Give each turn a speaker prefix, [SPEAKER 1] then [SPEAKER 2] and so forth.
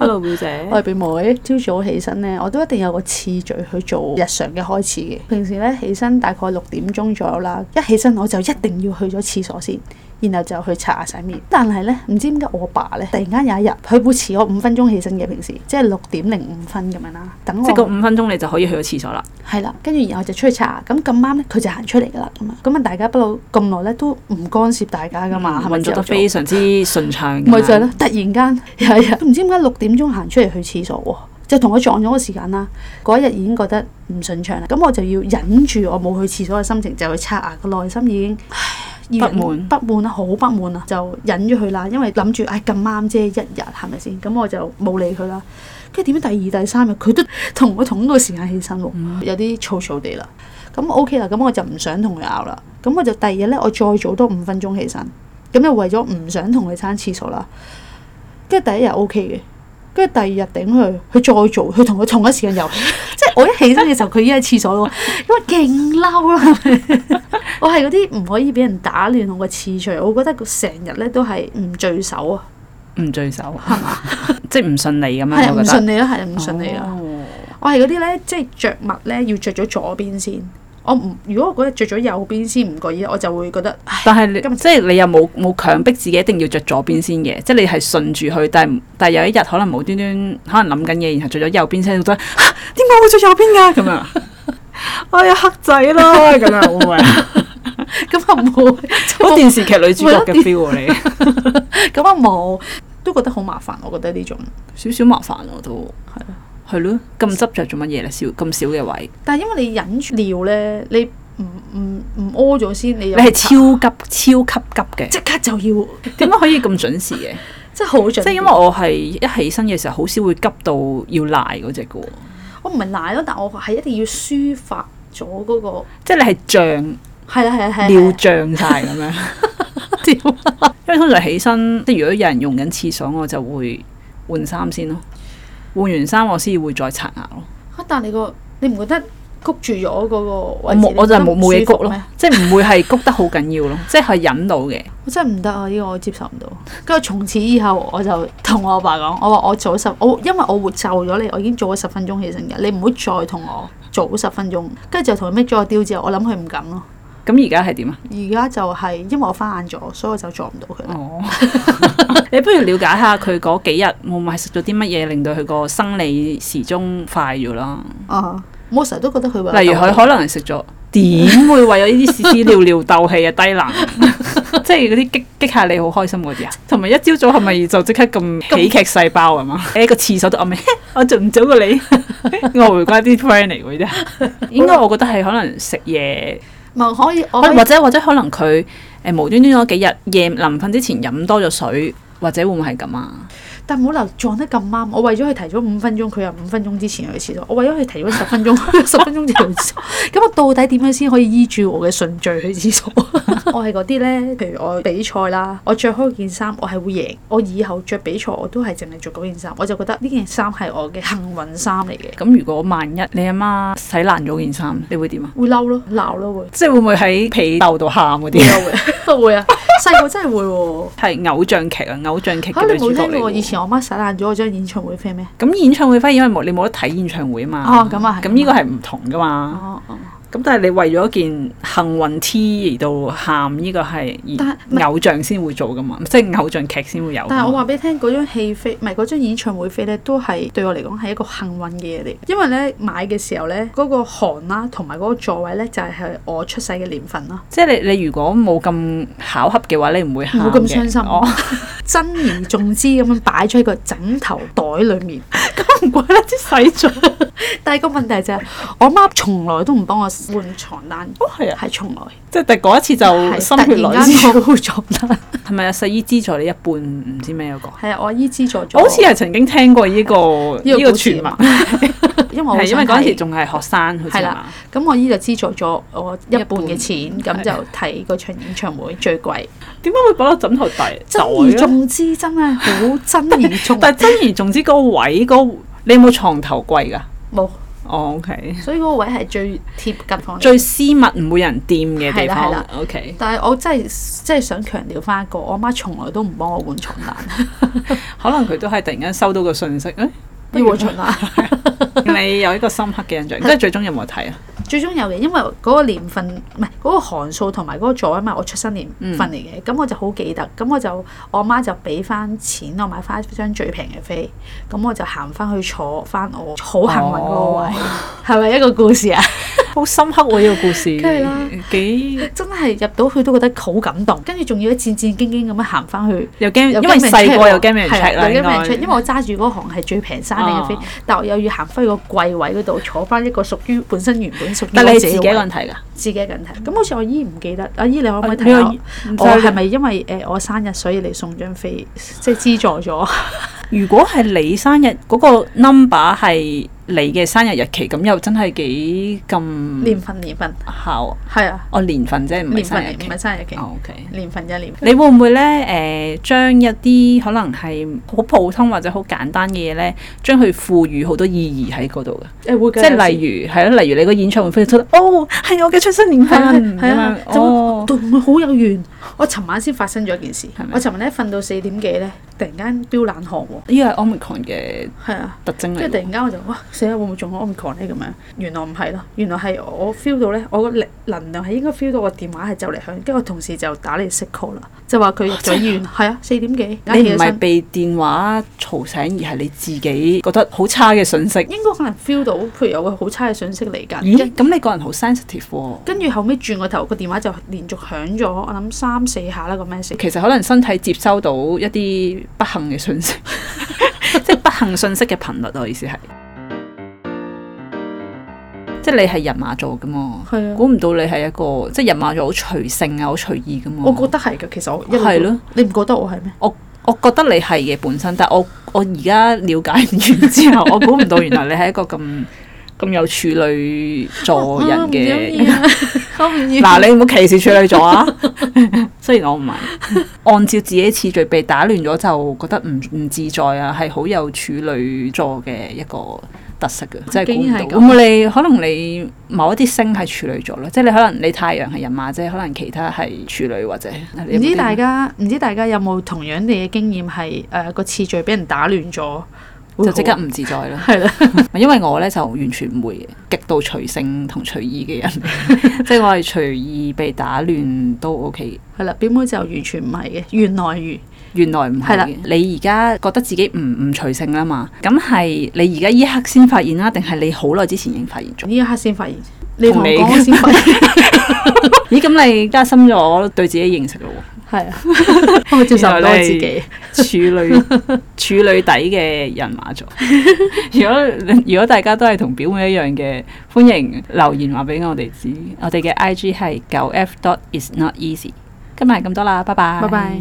[SPEAKER 1] 喎，表姐。
[SPEAKER 2] 我係表妹，朝早起身咧，我都一定有個次序去做日常嘅開始嘅。平時咧起身大概六點鐘左右啦，一起身我就一定要去咗廁所先。然後就去刷牙洗面，但係咧唔知點解我爸咧突然間有一日，佢會遲我五分鐘起身嘅平時，即係六點零五分咁樣啦。等我
[SPEAKER 1] 即係個五分鐘你就可以去個廁所啦。
[SPEAKER 2] 係啦，跟住然後就出去刷牙，咁咁啱咧佢就行出嚟噶啦，咁啊，咁啊大家不嬲咁耐咧都唔干涉大家噶嘛，係咪
[SPEAKER 1] 運作
[SPEAKER 2] 朝頭
[SPEAKER 1] 得
[SPEAKER 2] 早
[SPEAKER 1] 非常之順暢。
[SPEAKER 2] 咪就係咯，突然間有一日唔知點解六點鐘行出嚟去廁所喎。就同我撞咗個時間啦，嗰一日已經覺得唔順暢啦，咁我就要忍住我冇去廁所嘅心情，就去刷牙，個內心已經唉要忍
[SPEAKER 1] 不滿
[SPEAKER 2] 不滿啊，好不滿啊，就忍咗佢啦，因為諗住唉咁啱啫，一日係咪先？咁我就冇理佢啦。跟住點解第二、第三日佢都同我同一個時間起身喎，
[SPEAKER 1] 嗯
[SPEAKER 2] 有啲燥燥地啦。咁 OK 啦，咁我就唔想同佢拗啦。咁我就第二日咧，我再早多五分鐘起身，咁就為咗唔想同佢爭廁所啦。跟住第一日 OK 嘅，跟住第二日頂佢，佢再做，佢同佢同一時間又，即係我一起身嘅時候，佢已經喺廁所咯，因為勁嬲啦。 我係嗰啲唔可以俾人打亂我個次序，我覺得佢成日咧都係唔聚首啊，
[SPEAKER 1] 唔聚首，係嘛？ 即係唔順利咁
[SPEAKER 2] 係啊
[SPEAKER 1] 樣，
[SPEAKER 2] 唔
[SPEAKER 1] 我覺得
[SPEAKER 2] 順。利啦，係啊唔順利啦。
[SPEAKER 1] 哦
[SPEAKER 2] 我係嗰啲咧，即係着襪咧要着咗左邊先。我唔如果我嗰日着咗右邊先唔覺意，我就會覺得 唉
[SPEAKER 1] 但係你
[SPEAKER 2] 今
[SPEAKER 1] 即係你又冇冇強迫自己一定要着左邊先嘅，即係你係順住去，但係但係有一日可能無端端可能諗緊嘢，然後着咗右邊先，覺得 嚇點解會着右邊㗎咁樣？ 哎呀黑仔啦咁樣，會唔會啊
[SPEAKER 2] 咁啊冇，即係
[SPEAKER 1] 好
[SPEAKER 2] 我
[SPEAKER 1] 電視劇女主角嘅 feel 喎 你，
[SPEAKER 2] 咁啊冇，都覺得好麻煩。我覺得呢種，
[SPEAKER 1] 少少麻煩我都係啊係咯，咁執着做乜嘢咧？少咁少嘅位，
[SPEAKER 2] 但係因為你忍住尿咧，你唔唔唔屙咗先，你
[SPEAKER 1] 你
[SPEAKER 2] 你
[SPEAKER 1] 係超急超級急嘅，
[SPEAKER 2] 即刻就要，
[SPEAKER 1] 點解可以咁準時 嘅？
[SPEAKER 2] 即係好準。
[SPEAKER 1] 即係因為我係一起身嘅時候，好少會急到要賴嗰只嘅喎，
[SPEAKER 2] 我唔係賴咯，但我係一定要抒發咗嗰個，
[SPEAKER 1] 即係你係脹。
[SPEAKER 2] 係啊啦係啦係啦
[SPEAKER 1] 尿
[SPEAKER 2] 係啦，
[SPEAKER 1] 脹晒咁樣。 因為通常起身，即係如果有人用緊廁所，我就會換衫先咯。換完衫我先會再刷牙咯。
[SPEAKER 2] 啊但係你個你唔覺得谷住咗嗰個
[SPEAKER 1] 我
[SPEAKER 2] 位置
[SPEAKER 1] 冇
[SPEAKER 2] 你
[SPEAKER 1] 我就
[SPEAKER 2] 覺得
[SPEAKER 1] 冇
[SPEAKER 2] 唔
[SPEAKER 1] 冇嘢
[SPEAKER 2] 舒服
[SPEAKER 1] 谷咯
[SPEAKER 2] 咩，
[SPEAKER 1] 即係唔會係谷得好緊要咯，即係忍到嘅。
[SPEAKER 2] 我真係唔得啊！呢、個我接受唔到。跟住從此以後，我就同我阿爸講：我話我早十，我因為我活就咗你，我已經早咗十分鐘起身嘅，你唔好再同我早十分鐘。跟住就同佢 make 咗個 deal 之後，我諗佢唔敢咯。
[SPEAKER 1] 咁而家係點啊？
[SPEAKER 2] 而家就係因為我翻晏咗，所以我就撞唔到佢啦。
[SPEAKER 1] 哦， 你不如了解下佢嗰幾日會唔會係食咗啲乜嘢，令到佢個生理時鐘快咗啦。
[SPEAKER 2] 啊，我成日都覺得佢話
[SPEAKER 1] 例如佢可能係食咗，點會為咗呢啲屎屎尿尿鬥氣啊低能， 即係嗰啲激激下你好開心嗰啲啊，同埋一朝早係咪就即刻咁喜劇細胞 啊嘛？喺個廁所度我咪我仲唔早過 你，我回歸啲 friend 嚟嘅啫。 應該我覺得係可能食嘢，
[SPEAKER 2] 唔係可以，我
[SPEAKER 1] 可
[SPEAKER 2] 可
[SPEAKER 1] 能或
[SPEAKER 2] 以
[SPEAKER 1] 者或者可能佢誒無端端嗰幾日夜臨瞓之前飲多咗水，或者會唔會係咁啊？
[SPEAKER 2] 但冇理由撞得咁啱。我為咗佢提早五分鐘，佢又五分鐘之前去廁所；我為咗佢提早十分 鐘，佢又十分鐘就去廁所。咁我到底點樣先可以依住我嘅順序去廁所？我係嗰啲咧，譬如我比賽啦，我着開件衫，我係會贏。我以後着比賽我都係淨係着嗰件衫，我就覺得呢件衫係我嘅幸運衫嚟嘅，
[SPEAKER 1] 咁如果萬一你阿媽洗爛咗件衫，你會點啊？
[SPEAKER 2] 會嬲咯，鬧咯會，
[SPEAKER 1] 即係會唔會喺被竇度喊嗰啲
[SPEAKER 2] 會
[SPEAKER 1] 啊？
[SPEAKER 2] 啊會，會啊， 細個真係會 喎。
[SPEAKER 1] 係偶像劇啊，偶像劇
[SPEAKER 2] 嚇
[SPEAKER 1] 嘅
[SPEAKER 2] 你
[SPEAKER 1] 女主
[SPEAKER 2] 冇
[SPEAKER 1] 角
[SPEAKER 2] 聽
[SPEAKER 1] 嚟
[SPEAKER 2] 過以
[SPEAKER 1] 喎。
[SPEAKER 2] 前我媽洗爛咗我張演唱會飛咩？
[SPEAKER 1] 咁演唱會反而因為冇你冇得睇演唱會啊嘛。
[SPEAKER 2] 哦咁啊係
[SPEAKER 1] 咁呢個係唔同噶嘛。
[SPEAKER 2] 哦哦，
[SPEAKER 1] 咁但係你為咗一件幸運 T 而到喊，呢個
[SPEAKER 2] 但係唔
[SPEAKER 1] 係
[SPEAKER 2] 係
[SPEAKER 1] 偶像先會做噶嘛，即係偶像劇先會有㗎嘛。
[SPEAKER 2] 但係我話俾你聽，嗰張戲飛唔係嗰張演唱會飛咧，都係對我嚟講係一個幸運嘅嘢嚟。因為咧買嘅時候咧，嗰、個行啦，同埋嗰個座位咧，就係、係我出世嘅年份啦。
[SPEAKER 1] 即係你你如果冇咁巧合嘅話，你唔會喊
[SPEAKER 2] 冇咁傷心
[SPEAKER 1] 哦，
[SPEAKER 2] 珍而重之咁樣擺咗喺個枕頭袋裏面。
[SPEAKER 1] 唔怪得之洗咗。
[SPEAKER 2] 但係個問題就係、我媽從來都唔幫我換床單，
[SPEAKER 1] 哦，係啊，
[SPEAKER 2] 係從來
[SPEAKER 1] 即係但係嗰一次就
[SPEAKER 2] 係
[SPEAKER 1] 心血
[SPEAKER 2] 突
[SPEAKER 1] 來
[SPEAKER 2] 然間
[SPEAKER 1] 潮。
[SPEAKER 2] 冇床 單。
[SPEAKER 1] 係咪啊？細姨資助你一半，唔知咩嗰個。
[SPEAKER 2] 係啊，我姨資助咗。
[SPEAKER 1] 我好似係曾經聽過呢個
[SPEAKER 2] 呢個
[SPEAKER 1] 呢個
[SPEAKER 2] 故事
[SPEAKER 1] 傳
[SPEAKER 2] 啊
[SPEAKER 1] 聞，
[SPEAKER 2] 因為我
[SPEAKER 1] 係因為嗰
[SPEAKER 2] 陣
[SPEAKER 1] 陣時仲係學生，好似
[SPEAKER 2] 係
[SPEAKER 1] 係
[SPEAKER 2] 啦
[SPEAKER 1] 嘛？
[SPEAKER 2] 咁我姨就資助咗我一半嘅錢，
[SPEAKER 1] 半
[SPEAKER 2] 咁就睇嗰場演唱會最貴。
[SPEAKER 1] 點解會擺到枕頭底？
[SPEAKER 2] 珍而
[SPEAKER 1] 袋呢
[SPEAKER 2] 重之真係好珍而重，
[SPEAKER 1] 但係珍而重之嗰個位嗰個，你有冇床頭櫃㗎？
[SPEAKER 2] 冇
[SPEAKER 1] 哦，OK，
[SPEAKER 2] 所以嗰個位係最貼近房。
[SPEAKER 1] 最私密唔會有人掂嘅地
[SPEAKER 2] 係啦係
[SPEAKER 1] 方
[SPEAKER 2] 啦。
[SPEAKER 1] OK，
[SPEAKER 2] 但係我真係真係想強調翻一個，我媽從來都唔幫我換床單，
[SPEAKER 1] 可能佢都係突然間收到個信息， 誒，
[SPEAKER 2] 要換床單。
[SPEAKER 1] 你有一個深刻嘅印象，跟住最終有冇睇啊？
[SPEAKER 2] 最終有嘅，因為嗰個年份唔係嗰個行數同埋嗰個座位，因為我出生年
[SPEAKER 1] 嗯
[SPEAKER 2] 份嚟嘅，咁、我就好記得，咁我就我媽就俾翻錢我買翻一張最平嘅飛，咁我就行翻去坐翻我好幸運嗰個位
[SPEAKER 1] 哦，
[SPEAKER 2] 係咪、一個故事啊？
[SPEAKER 1] 好深刻喎呢個故事
[SPEAKER 2] 梗係啦，
[SPEAKER 1] 幾
[SPEAKER 2] 真係入到去都覺得好感動，跟住仲要戰戰兢兢咁樣行翻去。
[SPEAKER 1] 又驚，
[SPEAKER 2] 又
[SPEAKER 1] 因
[SPEAKER 2] 驚
[SPEAKER 1] 為
[SPEAKER 2] 俾人 check
[SPEAKER 1] 細個
[SPEAKER 2] 喎
[SPEAKER 1] 又驚俾人
[SPEAKER 2] 係啦
[SPEAKER 1] check 啦，
[SPEAKER 2] 又
[SPEAKER 1] 應
[SPEAKER 2] 驚俾人 check，因為
[SPEAKER 1] 該。
[SPEAKER 2] 我揸住嗰行係最平山頂嘅飛
[SPEAKER 1] 哦，
[SPEAKER 2] 但我又要行翻去個櫃位嗰度坐翻一個屬於本身原本屬於
[SPEAKER 1] 但
[SPEAKER 2] 我
[SPEAKER 1] 你係
[SPEAKER 2] 自
[SPEAKER 1] 自己一
[SPEAKER 2] 己啊
[SPEAKER 1] 個
[SPEAKER 2] 嘅位
[SPEAKER 1] 人睇㗎？
[SPEAKER 2] 自己一個人睇。咁好似我姨唔記得，阿姨你可唔可以
[SPEAKER 1] 嗯啊你個
[SPEAKER 2] 睇
[SPEAKER 1] 唔
[SPEAKER 2] 我？我
[SPEAKER 1] 知
[SPEAKER 2] 係咪因為誒、呃我生日所以你送張飛，即係資助 咗？
[SPEAKER 1] 如果係你生日嗰、個 number 係你嘅生日日期，咁又真係幾咁
[SPEAKER 2] 年份年份
[SPEAKER 1] 效
[SPEAKER 2] 係啊，
[SPEAKER 1] 哦年份嗯啫，唔係
[SPEAKER 2] 年
[SPEAKER 1] 生
[SPEAKER 2] 份
[SPEAKER 1] 日
[SPEAKER 2] 嚟
[SPEAKER 1] 日
[SPEAKER 2] 唔
[SPEAKER 1] 期。
[SPEAKER 2] 係生日日期，
[SPEAKER 1] 哦 OK。
[SPEAKER 2] 年份一年份。
[SPEAKER 1] 你會唔會咧？誒、將一啲可能係好普通或者好簡單嘅嘢咧，將佢賦予好多意義喺嗰度嘅。
[SPEAKER 2] 誒會
[SPEAKER 1] 即係例如係咯，例如你個演唱會飛出嚟，哦，係我嘅出生年
[SPEAKER 2] 係啊
[SPEAKER 1] 份，
[SPEAKER 2] 係啊，
[SPEAKER 1] 咁樣
[SPEAKER 2] 就
[SPEAKER 1] 哦，
[SPEAKER 2] 同佢好有緣。我尋晚先發生咗一件事
[SPEAKER 1] 係，咪
[SPEAKER 2] 我尋晚咧瞓到四點幾咧，突然間飆冷汗喎，
[SPEAKER 1] 呢個係 omicron 嘅
[SPEAKER 2] 係啊。
[SPEAKER 1] 特徵
[SPEAKER 2] 跟
[SPEAKER 1] 嚟
[SPEAKER 2] 住
[SPEAKER 1] 喎。
[SPEAKER 2] 突然間我就哇死啦，會唔會中咗 omicron 咧咁樣？原來唔係咯，原來係我 feel 到咧，我個力能量係應該 feel 到我電話係就嚟響，跟住我同事就打嚟 sick call 啦，就話佢入咗醫院，
[SPEAKER 1] 哦
[SPEAKER 2] 係啊四點幾，
[SPEAKER 1] 你唔係被電話嘈醒，而係你自己覺得好差嘅信息。
[SPEAKER 2] 應該可能 feel 到，譬如有個好差嘅信息嚟緊，
[SPEAKER 1] 咦
[SPEAKER 2] 跟？
[SPEAKER 1] 咁你個人好 sensitive 喎。
[SPEAKER 2] 跟住後尾轉個頭，個電話就連續響咗，我諗三四下啦個 message。
[SPEAKER 1] 其實可能身體接收到一啲不幸嘅信 息，即係不幸信息嘅頻率啊！我意思係，即係你係人馬座噶嘛，
[SPEAKER 2] 係啊，
[SPEAKER 1] 估唔到你係一個即係人馬座好隨性啊，好隨意噶嘛。
[SPEAKER 2] 我覺得係㗎，其實我一路
[SPEAKER 1] 係咯，
[SPEAKER 2] 你唔覺得我係咩？
[SPEAKER 1] 我覺得你係嘅本身，但係我我而家了解完之後，我估唔到原來你係一個咁咁有處女座人
[SPEAKER 2] 啊哦
[SPEAKER 1] 嘅。
[SPEAKER 2] 我唔啊要，
[SPEAKER 1] 嗱，你唔好歧視處女座 啊！雖然我唔係，按照自己次序被打亂咗，就覺得唔唔自在啊，係好有處女座嘅一個特色嘅，真係估唔
[SPEAKER 2] 竟然係
[SPEAKER 1] 到。
[SPEAKER 2] 咁啊
[SPEAKER 1] 咁你可能你某一啲星係處女座咯，即係你可能你太陽係人馬啫，可能其他係處女或者
[SPEAKER 2] 唔知
[SPEAKER 1] 啊
[SPEAKER 2] 大家唔知大家有冇同樣地嘅經驗係誒個次序俾人打亂咗，會
[SPEAKER 1] 就即刻
[SPEAKER 2] 好
[SPEAKER 1] 唔自在啦。
[SPEAKER 2] 係啦，
[SPEAKER 1] 因為我咧就完全唔會嘅，極度隨性同隨意 嘅人，即係我係隨意被打亂都 OK 嘅
[SPEAKER 2] 係啦，表妹就完全唔係嘅，原來如
[SPEAKER 1] 原來唔係
[SPEAKER 2] 係啦
[SPEAKER 1] 嘅，你而家覺得自己唔唔隨性啦嘛？咁係你而家依刻先發現啦，定係你好耐之前已經發現咗？
[SPEAKER 2] 呢一刻先發現，你同我
[SPEAKER 1] 同你
[SPEAKER 2] 講我先 發現，
[SPEAKER 1] 咦，咁你加深咗對自己認識咯
[SPEAKER 2] 係啊， 我接受唔到我自己，
[SPEAKER 1] 喎， 處女處女底嘅人馬座。 如果如果大家都係同表妹一樣嘅，歡迎留言話俾我哋知。我哋嘅 I G 係九 F dot is not easy。今日係咁多啦，拜拜。
[SPEAKER 2] 拜拜。